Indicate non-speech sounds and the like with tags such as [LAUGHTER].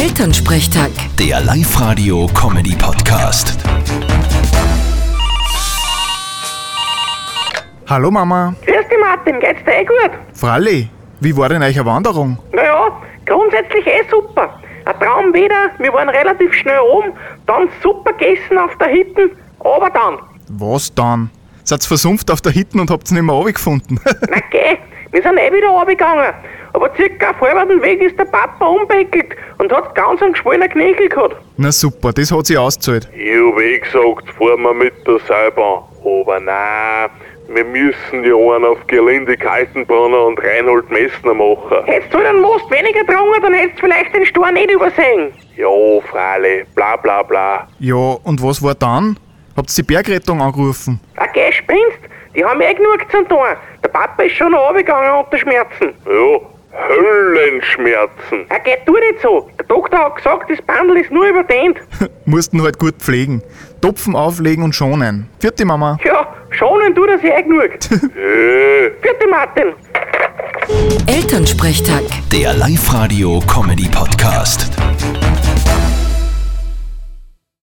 Elternsprechtag. Der Live-Radio-Comedy-Podcast. Hallo Mama, Grüß dich, Martin. Geht's dir eh gut? Fralli, wie war denn eure Wanderung? Naja, grundsätzlich eh super. Ein Traum wieder. Wir waren relativ schnell oben. Dann super gegessen auf der Hitten. Aber dann, Was dann? Seid ihr versumpft auf der Hitten und habt's nicht mehr runtergefunden? [LAUGHS] na geh, wir sind eh wieder runtergegangen. Aber circa auf halber den Weg ist der Papa umbeckelt und hat ganz einen geschwollenen Knöchel gehabt. Na super, das hat sich ausgezahlt. Ich hab eh gesagt, fahren wir mit der Seilbahn. Aber nein, wir müssen ja einen auf Gelände Kaltenbronner und Reinhold Messner machen. Hättest du den Most weniger getrunken, dann hättest du vielleicht den Stor nicht übersehen. Ja, Frale, bla bla bla. Ja, und was war dann? Habt ihr die Bergrettung angerufen? Na geh, spinnst? Die haben eh genug zu tun. Der Papa ist schon noch runtergegangen unter Schmerzen. Ja, Höllenschmerzen. Er geht du nicht so. Der Doktor hat gesagt, das Bandel ist nur überdehnt. Mussten halt gut pflegen. Topfen auflegen und schonen. Vierte Mama. Tja, schonen du das eh genug. [LAUGHS] Äh. Vierte Martin. Elternsprechtag. Der Live-Radio-Comedy-Podcast.